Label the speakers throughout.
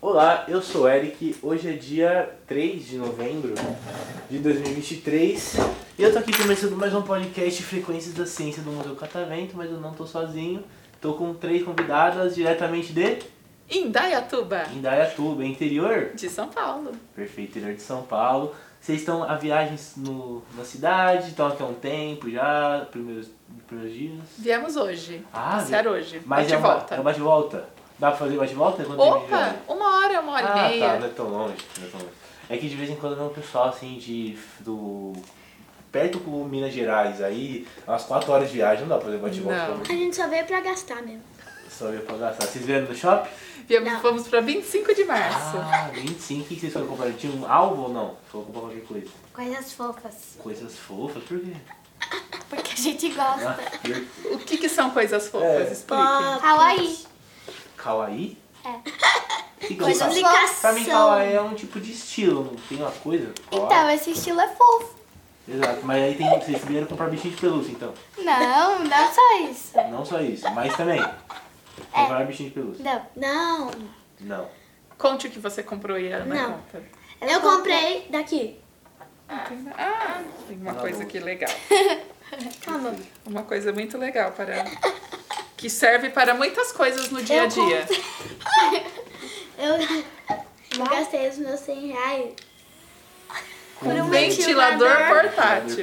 Speaker 1: Olá, eu sou o Eric. Hoje é dia 3 de novembro de 2023 e eu tô aqui começando mais um podcast Frequências da Ciência do Museu Catavento, mas eu não tô sozinho. Tô com três convidadas diretamente de
Speaker 2: Indaiatuba,
Speaker 1: Indaiatuba, interior.
Speaker 2: de São Paulo.
Speaker 1: Perfeito, interior de São Paulo. Vocês estão a viagens no, na cidade, estão aqui há um tempo já, primeiros, primeiros dias.
Speaker 2: Viemos hoje.
Speaker 1: Ah,
Speaker 2: passear hoje.
Speaker 1: Mas
Speaker 2: de
Speaker 1: é uma,
Speaker 2: volta.
Speaker 1: É um bate-volta. Dá pra fazer bate-volta? Quanto tempo de viagem?
Speaker 2: Opa, uma hora, uma hora
Speaker 1: ah,
Speaker 2: e
Speaker 1: tá,
Speaker 2: meia.
Speaker 1: não é tão longe, não é tão longe. É que de vez em quando vem um pessoal assim de. do. perto com Minas Gerais, aí umas 4 horas de viagem, não dá pra fazer bate-volta.
Speaker 2: Não.
Speaker 3: A gente só veio pra gastar mesmo.
Speaker 1: Só ia pra gastar. Vocês vieram no shopping?
Speaker 2: Viemos,
Speaker 3: Não.
Speaker 2: Fomos pra 25 de março.
Speaker 1: Ah, 25. O que que vocês foram comprar? Tinha um alvo ou não? Foram comprar qualquer coisa.
Speaker 3: Coisas fofas.
Speaker 1: Coisas fofas, por quê?
Speaker 3: Porque a gente gosta.
Speaker 1: Ah,
Speaker 2: O que, que são coisas fofas?
Speaker 1: É.
Speaker 2: Expliquem.
Speaker 3: Ah, Hawaii.
Speaker 1: Kawaii?
Speaker 3: É.
Speaker 1: Que que
Speaker 3: Coisas
Speaker 1: é?
Speaker 3: fofas.
Speaker 1: Pra mim, kawaii é um tipo de estilo, não tem uma coisa?
Speaker 4: Então,
Speaker 1: kawaii?
Speaker 4: esse estilo é fofo.
Speaker 1: Exato, mas aí tem, vocês vieram comprar bichinho de pelúcia, então.
Speaker 4: Não, não é só isso.
Speaker 1: Não só isso, mas também.
Speaker 3: É.
Speaker 1: Comprar bichinho de pelúcia.
Speaker 4: Não.
Speaker 3: Não.
Speaker 1: Não.
Speaker 2: Conte o que você comprou e era na
Speaker 3: Não.
Speaker 2: conta.
Speaker 3: Eu comprei daqui.
Speaker 2: Ah, tem uma
Speaker 1: Não.
Speaker 2: coisa aqui legal.
Speaker 3: Calma.
Speaker 2: Uma coisa muito legal para. Que serve para muitas coisas no dia a
Speaker 3: Eu
Speaker 2: dia.
Speaker 3: Eu, eu gastei os meus 100 reais.
Speaker 1: Com
Speaker 3: um
Speaker 2: Ventilador
Speaker 3: ventilador.
Speaker 2: portátil.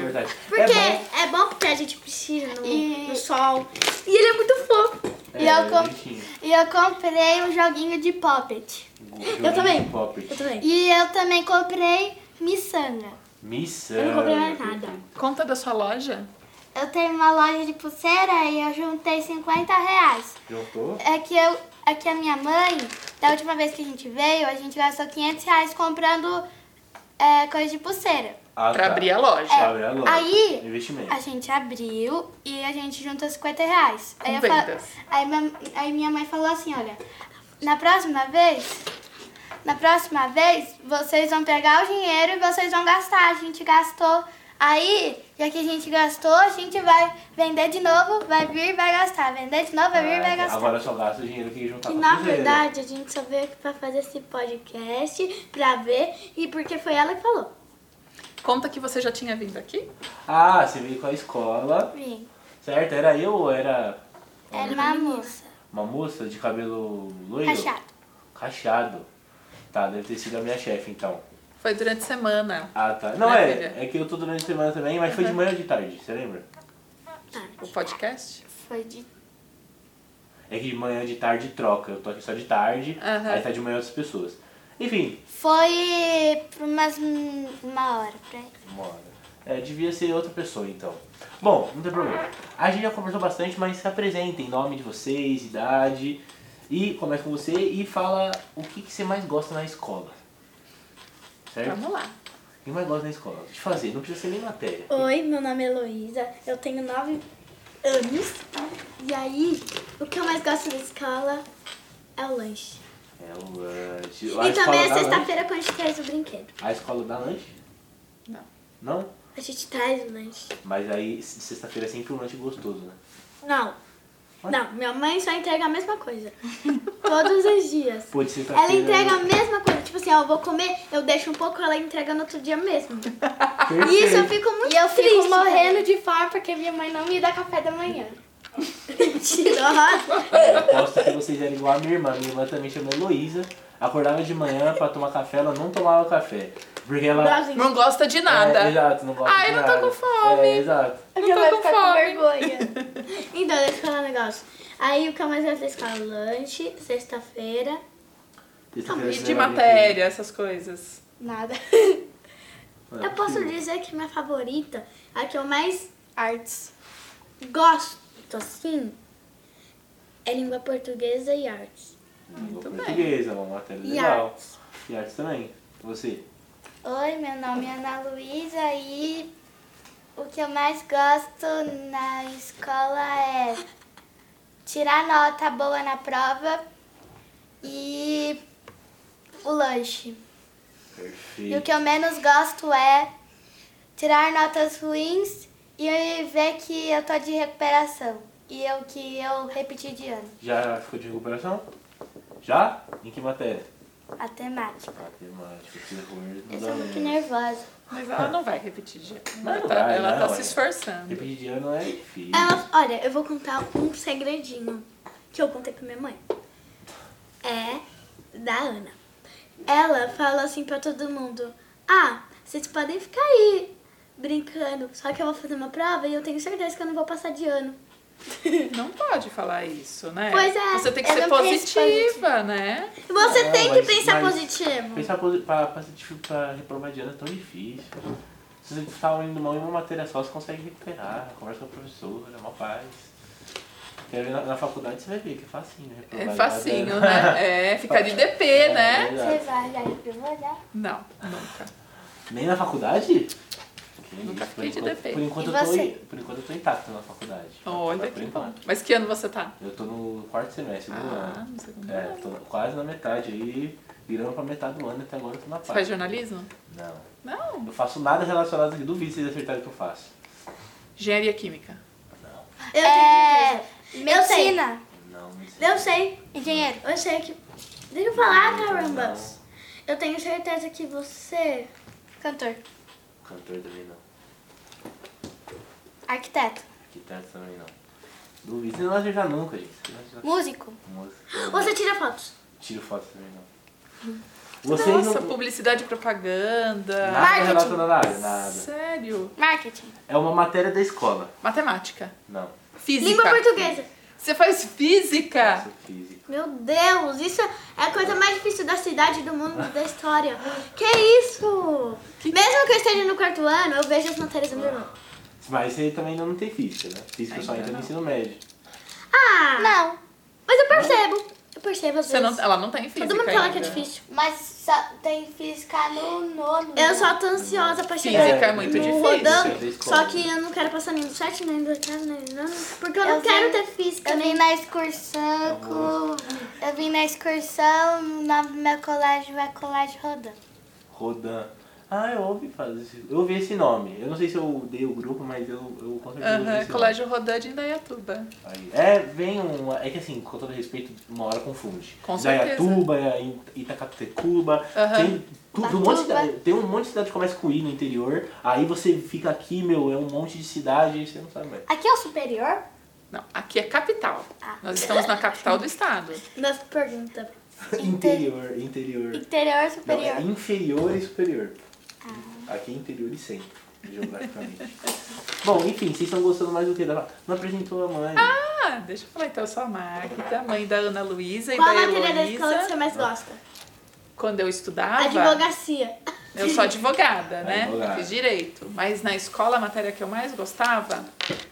Speaker 3: Porque
Speaker 1: É bom.
Speaker 3: é bom, porque a gente precisa né? no,
Speaker 4: E-
Speaker 3: no sol. E ele é muito fofo.
Speaker 4: E
Speaker 1: é,
Speaker 4: eu com-
Speaker 1: bonitinho.
Speaker 4: E eu comprei um joguinho de poppet.
Speaker 1: Joguinho de
Speaker 3: também.
Speaker 1: poppet.
Speaker 3: Eu também.
Speaker 4: E eu também comprei miçanga.
Speaker 1: Missão.
Speaker 3: Eu não comprei mais nada.
Speaker 2: Conta da sua loja?
Speaker 4: Eu tenho uma loja de pulseira e eu juntei 50 reais.
Speaker 1: Juntou?
Speaker 4: É que, eu, é que a minha mãe, da última vez que a gente veio, a gente gastou 500 reais comprando é, coisa de pulseira.
Speaker 1: Ah,
Speaker 2: Para
Speaker 1: tá.
Speaker 2: abrir a
Speaker 3: É,
Speaker 2: loja.
Speaker 1: Pra abrir a loja.
Speaker 4: Aí-
Speaker 1: Investimento.
Speaker 4: A gente abriu e a gente juntou 50 reais.
Speaker 2: Com
Speaker 4: eu fa-
Speaker 2: vendas.
Speaker 4: aí, ma- aí minha mãe falou assim, olha, na próxima vez, na próxima vez, vocês vão pegar o dinheiro e vocês vão gastar. A gente gastou. Aí, já que a gente gastou, a gente vai vender de novo, vai vir e vai gastar. Vender de novo, vai vir e vai
Speaker 1: Ah,
Speaker 4: gastar.
Speaker 1: Agora só gasta o dinheiro que juntar
Speaker 3: E
Speaker 1: com
Speaker 3: na
Speaker 1: cruzeiro.
Speaker 3: verdade, a gente só veio aqui pra fazer esse podcast, pra ver, e porque foi ela que falou.
Speaker 2: Conta que você já tinha vindo aqui?
Speaker 1: Ah, você veio com a escola,
Speaker 4: Vim.
Speaker 1: certo? Era eu ou era
Speaker 4: Era uma moça.
Speaker 1: uma moça de cabelo loiro?
Speaker 4: Rachado.
Speaker 1: Cacheado. Tá, deve ter sido a minha chefe então.
Speaker 2: Foi durante a semana.
Speaker 1: Ah, tá. Não,
Speaker 2: Né,
Speaker 1: é,
Speaker 2: filha?
Speaker 1: é que eu tô durante a semana também, mas foi de manhã ou de tarde, você lembra?
Speaker 2: O podcast?
Speaker 4: Foi de
Speaker 1: É que de manhã de tarde troca. Eu tô aqui só de tarde,
Speaker 2: Aham.
Speaker 1: aí tá de manhã outras pessoas. Enfim,
Speaker 4: Foi por umas hum, uma hora pra aí.
Speaker 1: uma hora. É, devia ser outra pessoa então. Bom, não tem problema. A gente já conversou bastante, mas se apresentem, nome de vocês, idade. E começa com você e fala o que, que você mais gosta na escola. Certo? É.
Speaker 2: Então, Vamos lá.
Speaker 1: O que mais gosta na escola? De fazer, não precisa ser nem matéria.
Speaker 3: Oi, meu nome é Heloísa, eu tenho 9 anos. E aí, o que eu mais gosto da escola é o lanche.
Speaker 1: É o lanche.
Speaker 3: e também é
Speaker 1: dá lanche.
Speaker 3: sexta-feira quando a gente traz o brinquedo.
Speaker 1: A escola dá lanche?
Speaker 2: Não.
Speaker 1: Não?
Speaker 3: A gente traz o lanche.
Speaker 1: Mas aí, s- sexta-feira é sempre um lanche gostoso, né?
Speaker 3: Não. Não, minha mãe só entrega a mesma coisa. Todos os dias.
Speaker 1: Pô, de sexta-feira...
Speaker 3: Ela entrega a mesma coisa. Tipo assim, ó, eu vou comer, eu deixo um pouco, ela entrega no outro dia mesmo. E isso eu fico muito
Speaker 4: E eu
Speaker 3: triste.
Speaker 4: fico morrendo de fome porque minha mãe não me dá café da manhã.
Speaker 3: Mentirosa.
Speaker 1: Eu aposto que vocês eram igual a minha irmã. Minha irmã também chama Heloísa. Acordava de manhã pra tomar café, ela não tomava café. Porque ela...
Speaker 3: Brasil.
Speaker 2: Não gosta de
Speaker 1: É,
Speaker 2: nada.
Speaker 1: exato, não gosta
Speaker 2: Ai,
Speaker 1: de
Speaker 2: não tô
Speaker 1: nada.
Speaker 2: com fome.
Speaker 1: É, exato.
Speaker 4: Minha
Speaker 2: tô
Speaker 4: mãe
Speaker 2: com
Speaker 4: fica
Speaker 2: fome.
Speaker 4: com vergonha.
Speaker 3: Então, deixa eu falar um negócio. Aí o que eu mais gosto da escola? Lanche, sexta-feira.
Speaker 1: Sexta-feira
Speaker 2: E
Speaker 1: você
Speaker 2: de
Speaker 1: vai
Speaker 2: matéria, essas coisas.
Speaker 4: Nada.
Speaker 1: ver que-
Speaker 3: Eu posso dizer que minha favorita, a que eu mais
Speaker 4: Artes.
Speaker 3: gosto, assim, é língua portuguesa e artes.
Speaker 1: Língua
Speaker 2: Muito bem.
Speaker 1: portuguesa, é uma matéria
Speaker 3: E
Speaker 1: legal.
Speaker 3: artes.
Speaker 1: E artes também. Você?
Speaker 4: Oi, meu nome é Ana Luísa e o que eu mais gosto na escola é tirar nota boa na prova e o lanche. E o
Speaker 1: Perfeito.
Speaker 4: que eu menos gosto é tirar notas ruins e ver que eu tô de recuperação. E eu que eu repeti de ano.
Speaker 1: Já ficou de recuperação? Já? Em que matéria?
Speaker 4: A temática.
Speaker 1: Matemática, que horror.
Speaker 4: Eu
Speaker 3: é
Speaker 4: sou muito nervosa.
Speaker 2: Mas ela não vai repetir de ano.
Speaker 1: Não
Speaker 2: Ela tá,
Speaker 1: vai,
Speaker 2: ela
Speaker 1: não,
Speaker 2: tá
Speaker 1: é.
Speaker 2: se esforçando.
Speaker 1: Repetir de ano é difícil.
Speaker 3: Ela, olha, eu vou contar um segredinho que eu contei pra minha mãe. É da Ana. Ela fala assim pra todo mundo: Ah, vocês podem ficar aí brincando, só que eu vou fazer uma prova e eu tenho certeza que eu não vou passar de ano.
Speaker 2: Não pode falar isso, né?
Speaker 3: Pois é,
Speaker 2: Você tem que
Speaker 4: eu
Speaker 2: ser
Speaker 4: não penso
Speaker 2: positiva, né?
Speaker 3: Você
Speaker 1: Não,
Speaker 3: tem que
Speaker 1: Ah, mas-
Speaker 3: pensar
Speaker 1: mas-
Speaker 3: positivo.
Speaker 1: Pensar posi- pra, pra, tipo, pra reprovar de ano é tão difícil. Se você tá indo mal em uma matéria só, você consegue recuperar. Conversa com a professora, é uma paz. Quer ver na, na faculdade, você vai ver que é facinho. reprovar é
Speaker 2: É
Speaker 1: de
Speaker 2: facinho,
Speaker 1: matéria.
Speaker 2: né? É, ficar de DP, né?
Speaker 1: Exato.
Speaker 4: vai já reprovou já?
Speaker 2: Não, nunca.
Speaker 1: Nem na faculdade? Que
Speaker 2: Nunca
Speaker 1: isso,
Speaker 2: fiquei de
Speaker 1: por enquanto, por enquanto,
Speaker 2: defeito.
Speaker 4: E
Speaker 1: eu tô,
Speaker 4: você?
Speaker 1: in- por enquanto eu tô intacto na faculdade.
Speaker 2: Olha
Speaker 1: por
Speaker 2: que bom.
Speaker 1: enquanto.
Speaker 2: Mas que ano você tá?
Speaker 1: Eu tô no quarto semestre do
Speaker 2: Ah,
Speaker 1: ano.
Speaker 2: no segundo
Speaker 1: É,
Speaker 2: ano.
Speaker 1: tô quase na metade aí, virando pra metade do ano até agora eu tô na
Speaker 2: Você faz
Speaker 1: parte.
Speaker 2: jornalismo?
Speaker 1: Não.
Speaker 2: Não.
Speaker 1: Não faço nada relacionado aqui, duvido vocês acertarem o que eu faço.
Speaker 2: Engenharia química.
Speaker 1: Não,
Speaker 3: Eu
Speaker 4: É,
Speaker 3: tenho
Speaker 4: medicina.
Speaker 1: não, não sei.
Speaker 3: certeza. Eu sei,
Speaker 4: Engenheiro.
Speaker 3: eu sei que. Deixa eu falar,
Speaker 1: Não,
Speaker 3: caramba.
Speaker 1: não.
Speaker 3: Eu tenho certeza que você.
Speaker 4: Cantor.
Speaker 1: Cantor também não.
Speaker 4: Arquiteto.
Speaker 1: Guitarra também não. Duvido. Vocês não vão acertar nunca, gente. Vocês não vão acertar
Speaker 4: Músico.
Speaker 1: música.
Speaker 3: Você tira fotos.
Speaker 1: Tiro foto também não. Vocês
Speaker 2: Nossa,
Speaker 1: não.
Speaker 2: publicidade e propaganda.
Speaker 1: Nada
Speaker 4: Marketing.
Speaker 1: relacionado à área, nada.
Speaker 2: Sério?
Speaker 4: Marketing.
Speaker 1: É uma matéria da escola.
Speaker 2: Matemática.
Speaker 1: Não.
Speaker 2: Física.
Speaker 3: Língua portuguesa.
Speaker 2: Você faz física?
Speaker 1: Sou físico.
Speaker 3: Meu Deus, isso é a coisa mais difícil da cidade, do mundo, da história. Que isso? Mesmo que eu esteja no quarto ano, eu vejo as matérias do meu irmão.
Speaker 1: Mas você também ainda não tem física, né? Física só
Speaker 2: Ainda
Speaker 1: entra no
Speaker 2: não.
Speaker 1: ensino médio.
Speaker 3: Ah,
Speaker 4: Não.
Speaker 3: mas eu percebo. Eu percebo às
Speaker 2: Você não,
Speaker 3: vezes.
Speaker 2: ela não tem física.
Speaker 3: Todo mundo fala que é
Speaker 2: ainda. né?
Speaker 3: difícil.
Speaker 4: Mas só tem física no nono. né?
Speaker 3: Eu só tô ansiosa pra chegar
Speaker 2: Física é muito
Speaker 3: no
Speaker 2: difícil.
Speaker 1: Isso é da
Speaker 3: rodando.
Speaker 1: escola.
Speaker 3: Só que eu não quero passar nem do 7, nem do 8, nem do 9. Porque eu não
Speaker 4: Eu
Speaker 3: quero
Speaker 4: sei.
Speaker 3: ter física.
Speaker 4: Eu vim
Speaker 3: nem-
Speaker 4: na excursão com... Eu vim na excursão, no meu colégio é colégio rodando.
Speaker 1: Rodan. Ah, eu ouvi fazer esse... Eu ouvi esse nome. Eu não sei se eu dei o grupo, mas eu, eu com certeza ouvi
Speaker 2: Aham,
Speaker 1: esse
Speaker 2: Colégio Rodan de Indaiatuba.
Speaker 1: nome. Aí. É, vem um... É que assim, com todo respeito, uma hora confunde. é
Speaker 2: Com
Speaker 1: Indaiatuba, Itacatecuba,
Speaker 2: Aham.
Speaker 1: é tem, tudo, um monte de
Speaker 4: Batuba.
Speaker 1: cidade, tem um monte de cidade que começa com I no interior. Aí você fica aqui, meu, é um monte de cidade e você não sabe mais.
Speaker 4: Aqui é o superior?
Speaker 2: Não, aqui é capital.
Speaker 3: Ah.
Speaker 2: Nós estamos na capital do estado.
Speaker 3: Nas perguntas.
Speaker 1: interior, interior.
Speaker 4: Interior,
Speaker 1: Não, é
Speaker 4: superior.
Speaker 1: inferior e superior. Aqui é interior e centro, geograficamente. Bom, enfim, vocês estão gostando mais do que da. Não apresentou a mãe.
Speaker 2: Ah, deixa eu falar então, eu sou a Magda, mãe da Ana Luísa e
Speaker 3: Qual a
Speaker 2: da
Speaker 3: matéria da escola que você
Speaker 2: Heloísa. Ah,
Speaker 3: mais gosta?
Speaker 2: Quando eu estudava,
Speaker 3: Advocacia.
Speaker 2: eu sou advogada, né?
Speaker 1: Advogada.
Speaker 2: Fiz direito. Mas na escola, a matéria que eu mais gostava,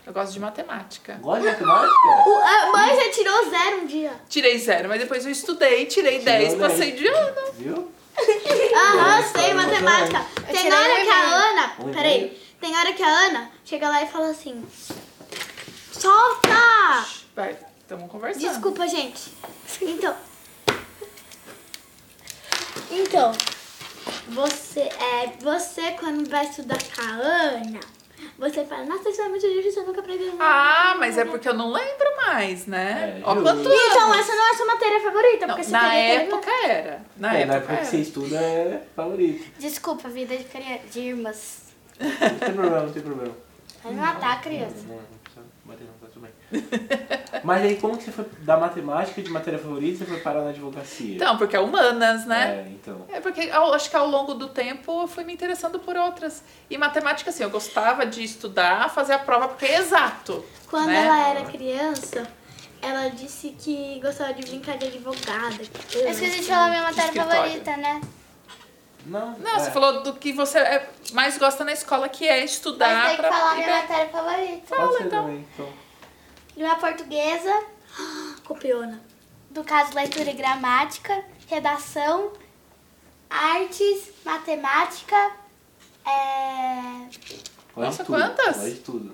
Speaker 2: eu gosto de matemática.
Speaker 1: Gosta de matemática?
Speaker 3: O- A mãe já tirou zero um dia.
Speaker 2: Tirei zero, mas depois eu estudei, tirei
Speaker 1: Tirou
Speaker 2: 10,
Speaker 1: dez.
Speaker 2: passei de ano.
Speaker 1: Viu?
Speaker 3: Aham,
Speaker 1: Eu
Speaker 3: sei,
Speaker 1: também.
Speaker 3: matemática.
Speaker 4: Eu
Speaker 3: Tem
Speaker 4: tirei
Speaker 3: hora
Speaker 4: um
Speaker 3: que a
Speaker 4: e-mail.
Speaker 1: Um
Speaker 3: Ana.
Speaker 1: e-mail?
Speaker 3: Peraí. Tem hora que a Ana chega lá e fala assim: Solta!
Speaker 2: Vai, estamos conversando.
Speaker 3: Desculpa, gente. Então. Então. Você, é, você quando vai estudar com a Ana, você fala: Nossa, isso é muito difícil, eu nunca aprendi
Speaker 2: Ah, mas é porque eu não lembro mais, né?
Speaker 1: É,
Speaker 2: Ó,
Speaker 1: justo.
Speaker 2: quanto
Speaker 3: Então,
Speaker 2: anos.
Speaker 3: essa não é a sua matéria favorita,
Speaker 2: Não,
Speaker 3: porque você
Speaker 2: na
Speaker 3: queria ter-
Speaker 2: época era. Na
Speaker 1: É, na
Speaker 2: época,
Speaker 1: época que
Speaker 2: era.
Speaker 1: você estuda é favorito.
Speaker 4: Desculpa, vida de, criança, de irmãs.
Speaker 1: Não tem problema, não tem problema.
Speaker 4: Vai me matar, criança.
Speaker 1: Não, não precisa bater não, tá tudo bem. Mas aí como que você foi da matemática de matéria favorita você foi parar na advocacia?
Speaker 2: Então, porque é humanas, né?
Speaker 1: É, então.
Speaker 2: É porque eu acho que ao longo do tempo eu fui me interessando por outras. E matemática, assim, eu gostava de estudar, fazer a prova, porque é exato.
Speaker 3: Quando
Speaker 2: né?
Speaker 3: ela era criança, ela disse que gostava de brincar de advogada.
Speaker 2: Hum.
Speaker 3: é
Speaker 4: Eu esqueci de falar minha matéria
Speaker 2: Escritório.
Speaker 4: favorita, né?
Speaker 1: Não,
Speaker 2: Não,
Speaker 1: é.
Speaker 2: você falou do que você é- mais gosta na escola, que é estudar
Speaker 4: Mas tem que
Speaker 2: pra.
Speaker 4: falar minha matéria favorita.
Speaker 1: Pode ser também, então.
Speaker 4: Língua portuguesa,
Speaker 3: Copiona.
Speaker 4: do caso leitura e gramática, redação, artes, matemática, é,
Speaker 1: Gosto
Speaker 2: Nossa,
Speaker 1: de tudo,
Speaker 2: quantas?
Speaker 1: Gosto de tudo.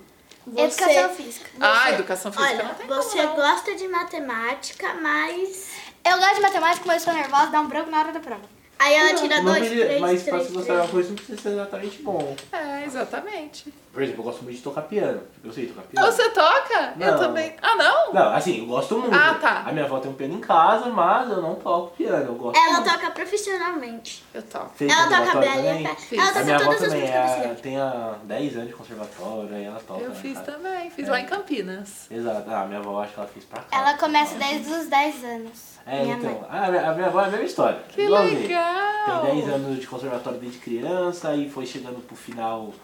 Speaker 4: educação física.
Speaker 2: Ah, educação física
Speaker 3: Olha,
Speaker 2: não tem como,
Speaker 3: você
Speaker 2: não.
Speaker 3: gosta de matemática, mas
Speaker 4: Eu gosto de matemática, mas eu sou nervosa, dá um branco na hora da prova.
Speaker 3: Aí ela tira
Speaker 1: Não
Speaker 3: dois,
Speaker 1: precisa-
Speaker 3: três,
Speaker 1: mas pra
Speaker 3: três,
Speaker 1: se gostar de
Speaker 3: três.
Speaker 1: uma coisa não precisa ser exatamente bom.
Speaker 2: É, exatamente.
Speaker 1: Por exemplo, eu gosto muito de tocar piano. Eu sei tocar piano.
Speaker 2: Você toca? Eu
Speaker 1: Não.
Speaker 2: também. Ah, não?
Speaker 1: Não, assim, eu gosto muito.
Speaker 2: Ah, tá.
Speaker 1: A minha avó tem um piano em casa, mas eu não toco piano. Eu gosto
Speaker 3: Ela
Speaker 1: muito.
Speaker 3: toca profissionalmente.
Speaker 2: Eu toco.
Speaker 1: Fez
Speaker 3: ela toca
Speaker 1: conservatório
Speaker 3: Bela e a
Speaker 1: também?
Speaker 3: Fera.
Speaker 2: Fiz.
Speaker 1: A
Speaker 3: Ela toca
Speaker 1: minha avó
Speaker 3: todas as
Speaker 1: também
Speaker 3: músicas
Speaker 1: é-
Speaker 3: da Priscila.
Speaker 1: tem há 10 anos de conservatório, aí ela toca.
Speaker 2: Eu
Speaker 1: né,
Speaker 2: fiz
Speaker 1: cara?
Speaker 2: também, fiz
Speaker 1: É.
Speaker 2: lá em Campinas.
Speaker 1: Exato. Ah, a minha avó acho que ela fez pra cá.
Speaker 4: Ela começa desde os 10 anos.
Speaker 1: É,
Speaker 4: minha
Speaker 1: então.
Speaker 4: mãe.
Speaker 1: Ah, a minha- a minha avó é a mesma história.
Speaker 2: Que
Speaker 1: igualzinho.
Speaker 2: legal!
Speaker 1: Tem 10 anos de conservatório desde criança e foi chegando pro final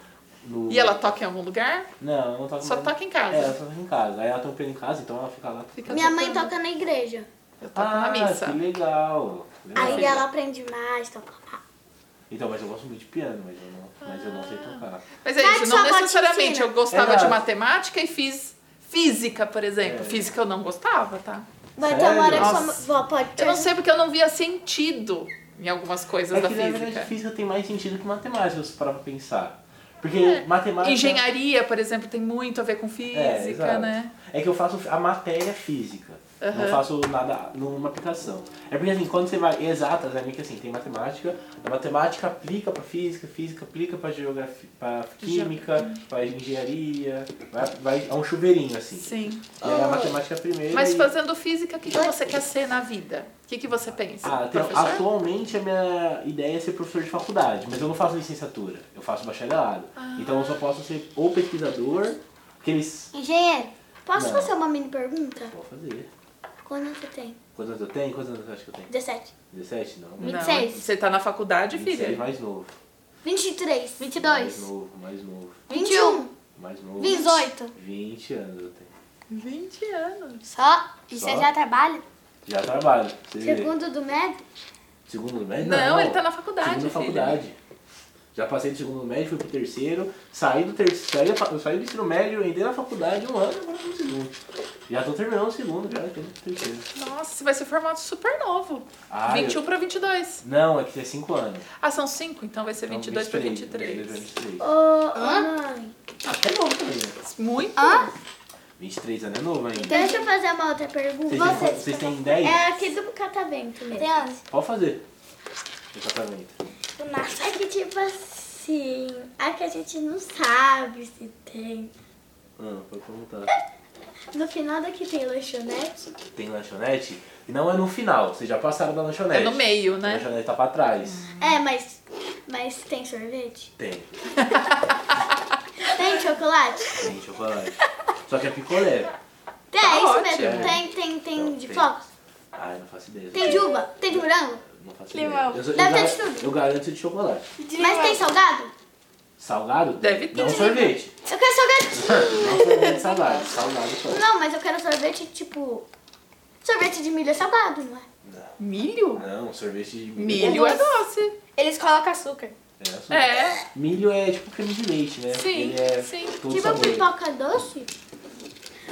Speaker 1: no.
Speaker 2: E ela toca em algum lugar?
Speaker 1: Não, ela não toca
Speaker 2: Só
Speaker 1: mais-
Speaker 2: toca em casa.
Speaker 1: É, ela só toca em casa. Aí ela tem um piano em casa, então ela fica lá.
Speaker 2: Fica
Speaker 3: Minha mãe
Speaker 2: tocando.
Speaker 3: toca na igreja.
Speaker 2: Eu toco
Speaker 1: Ah,
Speaker 2: na missa.
Speaker 1: que legal. legal.
Speaker 3: Aí ela aprende mais, toca mais.
Speaker 1: Então, mas eu gosto muito de piano, mas eu não, mas eu não sei tocar.
Speaker 2: Mas é
Speaker 3: Vai
Speaker 2: isso,
Speaker 3: que
Speaker 2: não
Speaker 3: sua avó te
Speaker 2: necessariamente.
Speaker 3: ensina.
Speaker 2: Eu gostava de
Speaker 1: Exato.
Speaker 2: matemática e fiz física, por exemplo.
Speaker 1: É.
Speaker 2: Física eu não gostava, tá?
Speaker 3: Vai ter
Speaker 1: Sério?
Speaker 3: uma hora que
Speaker 2: Nossa.
Speaker 3: sua vó pode ter.
Speaker 2: Eu não sei porque eu não via sentido em algumas coisas
Speaker 1: É
Speaker 2: da
Speaker 1: que na verdade
Speaker 2: física.
Speaker 1: física tem mais sentido que matemática, se você parar pra pensar. Porque
Speaker 2: É.
Speaker 1: matemática.
Speaker 2: Engenharia, por exemplo, tem muito a ver com
Speaker 1: É,
Speaker 2: física,
Speaker 1: exato.
Speaker 2: né?
Speaker 1: É que eu faço a matéria física. Não
Speaker 2: Aham.
Speaker 1: faço nada numa aplicação. É porque assim, quando você vai em exatas, é meio que assim, tem matemática, a matemática aplica pra física, física aplica pra geografia, pra química, pra engenharia, vai, vai é um chuveirinho assim.
Speaker 2: Sim.
Speaker 1: E aí a matemática primeiro.
Speaker 2: Mas
Speaker 1: e-
Speaker 2: fazendo física, o que, que você quer ser na vida? O que, que você pensa?
Speaker 1: Ah, tem- atualmente a minha ideia é ser professor de faculdade, mas eu não faço licenciatura, eu faço bacharelado.
Speaker 2: Ah.
Speaker 1: Então eu só posso ser ou pesquisador, que eles.
Speaker 4: Engenheiro,
Speaker 3: Posso
Speaker 1: Não.
Speaker 3: fazer uma mini pergunta?
Speaker 1: Vou fazer.
Speaker 3: Quando você tem?
Speaker 1: Quantos anos eu tenho? Quantos anos eu acho que eu tenho?
Speaker 3: 17.
Speaker 1: 17? Não.
Speaker 2: Não,
Speaker 4: 26.
Speaker 2: você tá na faculdade,
Speaker 1: 26
Speaker 2: filha?
Speaker 1: é mais novo.
Speaker 3: 23.
Speaker 4: 22,
Speaker 1: Mais novo, mais novo,
Speaker 4: 21,
Speaker 1: mais novo.
Speaker 4: 18.
Speaker 1: 20 anos eu tenho.
Speaker 2: 20 anos.
Speaker 4: Só? E você
Speaker 1: Só?
Speaker 4: já trabalha?
Speaker 1: Já trabalho. Você vê.
Speaker 3: Segundo do médio?
Speaker 1: Segundo médio?
Speaker 2: Não, ele tá na faculdade,
Speaker 1: Segundo
Speaker 2: filho.
Speaker 1: faculdade. Já passei do segundo médio, fui pro terceiro, saí do terceiro, saí da fa- eu saí do ensino médio, entrei na faculdade um ano e agora tô no segundo. Já tô terminando o segundo, já tô no terceiro.
Speaker 2: Nossa, você vai ser formado super novo.
Speaker 1: Ah,
Speaker 2: 21 pra 22.
Speaker 1: Não, é que tem cinco anos.
Speaker 2: Ah, são 5? Então vai ser
Speaker 1: Então,
Speaker 2: 22 pra
Speaker 1: 22 pra
Speaker 2: 23.
Speaker 1: 23.
Speaker 3: Ô, ô, mãe.
Speaker 1: Ah, Até novo também, né?
Speaker 2: Muito?
Speaker 1: 23 anos é novo ainda.
Speaker 3: Deixa eu fazer uma outra pergunta.
Speaker 1: Vocês, têm, vocês têm 10?
Speaker 3: Então, É aqui do catavento mesmo.
Speaker 4: Tem 11.
Speaker 1: Pode fazer. Exatamente.
Speaker 4: Do nada.
Speaker 3: É que tipo assim,
Speaker 4: Tipo,
Speaker 3: é que a gente não sabe se tem.
Speaker 1: Ah, pode perguntar.
Speaker 3: No final daqui tem lanchonete.
Speaker 1: Tem lanchonete? E não é no final, vocês já passaram da lanchonete.
Speaker 2: É no meio,
Speaker 1: A
Speaker 2: né?
Speaker 1: lanchonete tá pra trás.
Speaker 3: É, mas, mas tem sorvete?
Speaker 1: Tem.
Speaker 3: Tem chocolate?
Speaker 1: Tem chocolate. Só que é picolé.
Speaker 3: Tem, é isso
Speaker 2: ótimo.
Speaker 3: mesmo.
Speaker 1: É.
Speaker 3: Tem, tem, Então, tem de
Speaker 1: Tem.
Speaker 3: flocos?
Speaker 1: Ai, não faço ideia.
Speaker 3: Tem de uva? Tem de morango?
Speaker 1: Não faço
Speaker 4: Limão.
Speaker 1: ideia. Eu, eu,
Speaker 3: Deve ter
Speaker 1: gar-
Speaker 3: de tudo.
Speaker 1: eu garanto de chocolate.
Speaker 3: Mas tem salgado?
Speaker 1: Salgado?
Speaker 2: Deve ter.
Speaker 1: Não sorvete.
Speaker 3: Eu quero salgadinho.
Speaker 1: Não sorvete salgado. Salgado só.
Speaker 3: Não, mas eu quero sorvete tipo. Sorvete de milho é salgado, não é?
Speaker 1: Não.
Speaker 2: Milho?
Speaker 1: Não, sorvete de milho.
Speaker 2: Milho é doce.
Speaker 4: Eles colocam açúcar.
Speaker 1: É, açúcar.
Speaker 2: É.
Speaker 1: Milho é tipo creme de leite, né?
Speaker 2: Sim,
Speaker 1: Ele é
Speaker 2: sim.
Speaker 1: todo
Speaker 3: tipo
Speaker 1: sabor.
Speaker 3: pipoca doce?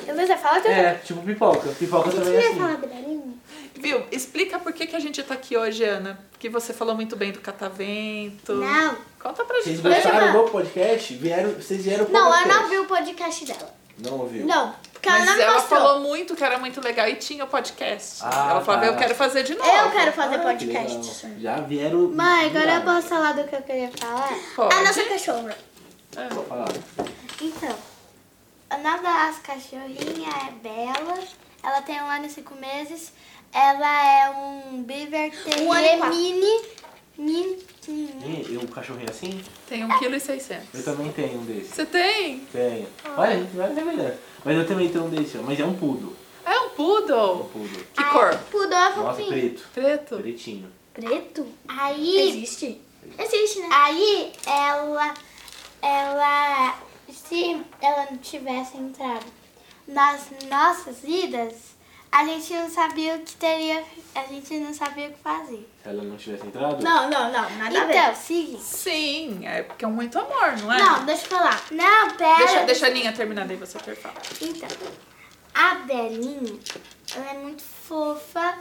Speaker 4: Eu você fala que
Speaker 1: É, tipo pipoca. Pipoca também é
Speaker 3: Você ia
Speaker 1: assim.
Speaker 3: falar grelhinho?
Speaker 2: Viu? Explica por que, que a gente tá aqui hoje, Ana. Porque você falou muito bem do catavento.
Speaker 3: Não.
Speaker 2: Conta pra
Speaker 1: Vocês
Speaker 2: gente.
Speaker 1: gostaram
Speaker 3: Deixa eu-
Speaker 1: do podcast? Vieram, vocês vieram pro
Speaker 3: Não, eu
Speaker 1: podcast.
Speaker 3: não vi o podcast dela.
Speaker 1: Não ouviu?
Speaker 3: Não, porque ela
Speaker 2: Mas
Speaker 3: não me
Speaker 2: ela
Speaker 3: mostrou.
Speaker 2: falou muito que era muito legal e tinha o podcast.
Speaker 1: Ah,
Speaker 2: ela falava,
Speaker 1: tá.
Speaker 2: eu quero fazer de novo.
Speaker 3: Eu quero fazer
Speaker 1: Ah, que
Speaker 3: podcast.
Speaker 1: legal. Já vieram.
Speaker 4: Mãe, agora eu
Speaker 1: viraram.
Speaker 4: posso falar do que eu queria falar?
Speaker 2: Pode.
Speaker 3: A nossa cachorra.
Speaker 2: É.
Speaker 1: Fala.
Speaker 4: Então, o nome da nossa cachorrinha é Bela. Ela tem um ano e cinco meses. Ela é um Beaver Terrier
Speaker 3: Um ano e quatro.
Speaker 4: mini. Mini.
Speaker 1: E um cachorrinho assim?
Speaker 2: É, Tem 1,6
Speaker 1: Eu
Speaker 2: kg.
Speaker 1: também tenho um desse.
Speaker 2: Você tem?
Speaker 1: Tenho. Olha, a gente vai melhor. Mas eu também tenho um desse, ó. Mas é um poodle.
Speaker 2: É um
Speaker 1: Um
Speaker 2: poodle.
Speaker 1: poodle.
Speaker 3: Ah,
Speaker 2: Que
Speaker 3: é.
Speaker 2: cor?
Speaker 3: Pudova
Speaker 1: Nossa, preto.
Speaker 2: Preto?
Speaker 1: Pretinho.
Speaker 3: Preto?
Speaker 4: Aí,
Speaker 3: Existe? Existe, né?
Speaker 4: aí ela, ela, se ela não tivesse entrado nas nossas vidas, a gente não sabia o que teria, a gente não sabia o que fazer.
Speaker 1: Se ela não tivesse entrado?
Speaker 3: Não, não, não. Nada a
Speaker 4: então,
Speaker 3: ver.
Speaker 4: seguinte.
Speaker 2: Sim, é porque é muito amor, não é?
Speaker 3: Não, deixa eu falar.
Speaker 4: Não, pera.
Speaker 2: Deixa, deixa a linha terminar, daí você perfala.
Speaker 4: Então, a Belinha, ela é muito fofa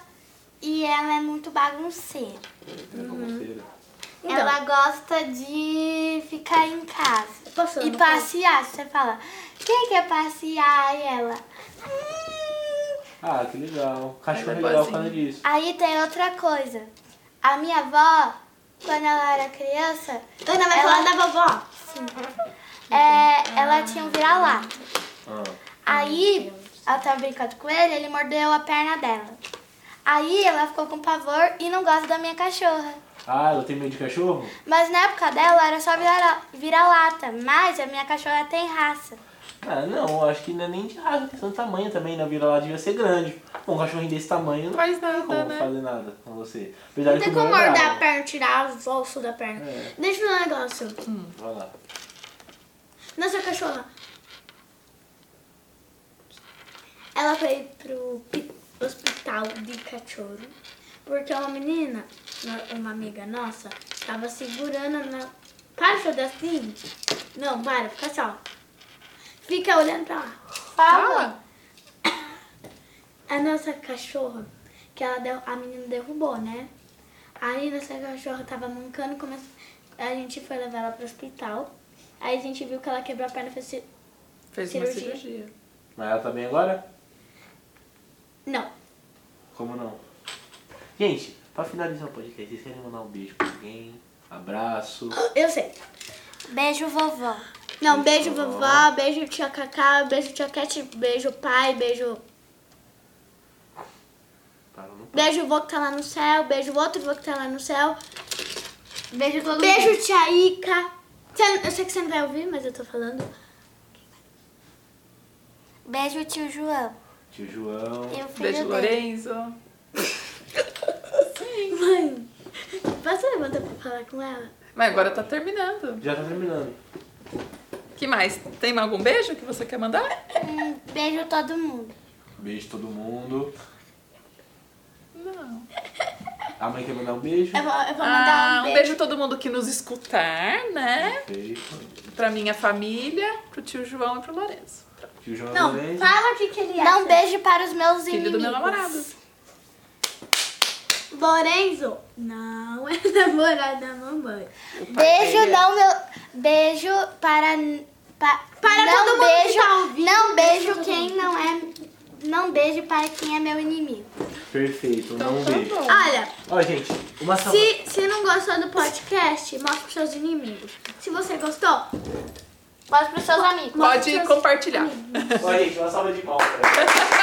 Speaker 4: e ela é muito bagunceira.
Speaker 1: Era bagunceira.
Speaker 3: Então.
Speaker 4: Ela gosta de ficar em casa.
Speaker 3: Posso falar
Speaker 4: e
Speaker 3: uma
Speaker 4: passear. Você fala, quem quer passear? E ela. "Hum."
Speaker 1: Ah, que legal. Cachorro é
Speaker 2: Ela é
Speaker 1: legal por
Speaker 2: boazinha.
Speaker 1: causa disso.
Speaker 4: Aí tem outra coisa. A minha avó, quando ela era criança,
Speaker 3: Ana vai
Speaker 4: Ela-
Speaker 3: falar da vovó.
Speaker 4: é, ela tinha um vira-lata.
Speaker 1: Ah.
Speaker 4: Aí, ela tava brincando com ele, ele mordeu a perna dela. Aí ela ficou com pavor e não gosta da minha cachorra.
Speaker 1: Ah, ela tem medo de cachorro?
Speaker 4: Mas na época dela era só vira- vira-lata, mas a minha cachorra tem raça.
Speaker 1: Ah, não, acho que não é nem de raça, questão de tamanho também, na vila lá devia ser grande. Bom, um cachorrinho desse tamanho não
Speaker 2: Faz nada,
Speaker 1: tem como
Speaker 2: né?
Speaker 1: fazer nada com você. Apesar
Speaker 3: Não
Speaker 1: de
Speaker 3: tem
Speaker 1: que o
Speaker 3: como
Speaker 1: meu é
Speaker 3: mordar a
Speaker 1: bravo.
Speaker 3: perna, tirar o osso da perna.
Speaker 1: É.
Speaker 3: Deixa eu falar um negócio.
Speaker 1: Vai lá.
Speaker 3: Na sua cachorra. Ela foi pro pi- hospital de cachorro. Porque uma menina, uma- uma amiga nossa, tava segurando na. Para de fazer assim. Não, para, fica assim, ó. Fica olhando pra lá.
Speaker 2: Fala.
Speaker 3: A nossa cachorra, que ela der- a menina derrubou, né? Aí nossa cachorra tava mancando, começou, a gente foi levar ela pro hospital. Aí a gente viu que ela quebrou a perna e assim, fez ci-
Speaker 2: Fez uma
Speaker 3: Cirurgia.
Speaker 2: cirurgia.
Speaker 1: Mas ela tá bem agora?
Speaker 3: Não.
Speaker 1: Como não? Gente, pra finalizar o podcast, vocês querem mandar um beijo pra alguém? Abraço.
Speaker 3: Eu sei.
Speaker 4: Beijo, vovó.
Speaker 3: Não, beijo vovó, beijo tia Cacá, beijo tia Cat, beijo pai, beijo.
Speaker 1: Para não parar.
Speaker 3: Beijo vô que tá lá no céu, beijo outro vô que tá lá no céu.
Speaker 4: Beijo todo mundo.
Speaker 3: Beijo tia Ica. Você- eu sei que você não vai ouvir, mas eu tô falando.
Speaker 4: Beijo, tio João.
Speaker 1: Tio João.
Speaker 4: E o filho
Speaker 2: Um Beijo,
Speaker 4: dele.
Speaker 2: Lorenzo.
Speaker 3: Mãe, posso levantar pra falar com ela?
Speaker 2: Mas agora tá terminando.
Speaker 1: Já tá terminando.
Speaker 2: que mais? Tem algum beijo que você quer mandar?
Speaker 4: Hum, Beijo todo mundo.
Speaker 1: Beijo todo mundo.
Speaker 2: Não. É
Speaker 1: A mãe quer mandar um beijo?
Speaker 4: Eu vou, eu vou mandar
Speaker 2: Ah, um beijo a todo mundo que nos escutar, né?
Speaker 1: Beijo.
Speaker 2: Pra minha família, pro tio João e pro Lourenço.
Speaker 1: Tio João
Speaker 3: Não,
Speaker 1: também.
Speaker 3: fala o que, que ele
Speaker 4: Dá
Speaker 3: acha.
Speaker 4: um beijo para os meus
Speaker 2: Filho
Speaker 4: inimigos.
Speaker 2: do meu namorado.
Speaker 3: Lorenzo não é namorado da mamãe.
Speaker 4: Beijo
Speaker 2: Parceria.
Speaker 4: não meu. Beijo para pa-
Speaker 3: Para
Speaker 4: não
Speaker 3: todo mundo que
Speaker 4: beijo,
Speaker 3: tá ouvindo,
Speaker 4: não
Speaker 3: beijo
Speaker 4: beijo
Speaker 3: todo
Speaker 4: quem não é não beijo para quem é meu inimigo.
Speaker 1: Perfeito, mandar
Speaker 2: Então
Speaker 1: um
Speaker 2: tá
Speaker 1: beijo.
Speaker 2: bom.
Speaker 3: Olha,
Speaker 1: Ó, gente, uma salva.
Speaker 3: se, se não gostou do podcast, mostra pros seus inimigos. Se você gostou,
Speaker 4: Mostra para seus amigos.
Speaker 3: mostra
Speaker 2: Pode
Speaker 3: pros seus
Speaker 2: compartilhar.
Speaker 3: amigos.
Speaker 1: Ó, gente, uma salva de palmas. pra ela.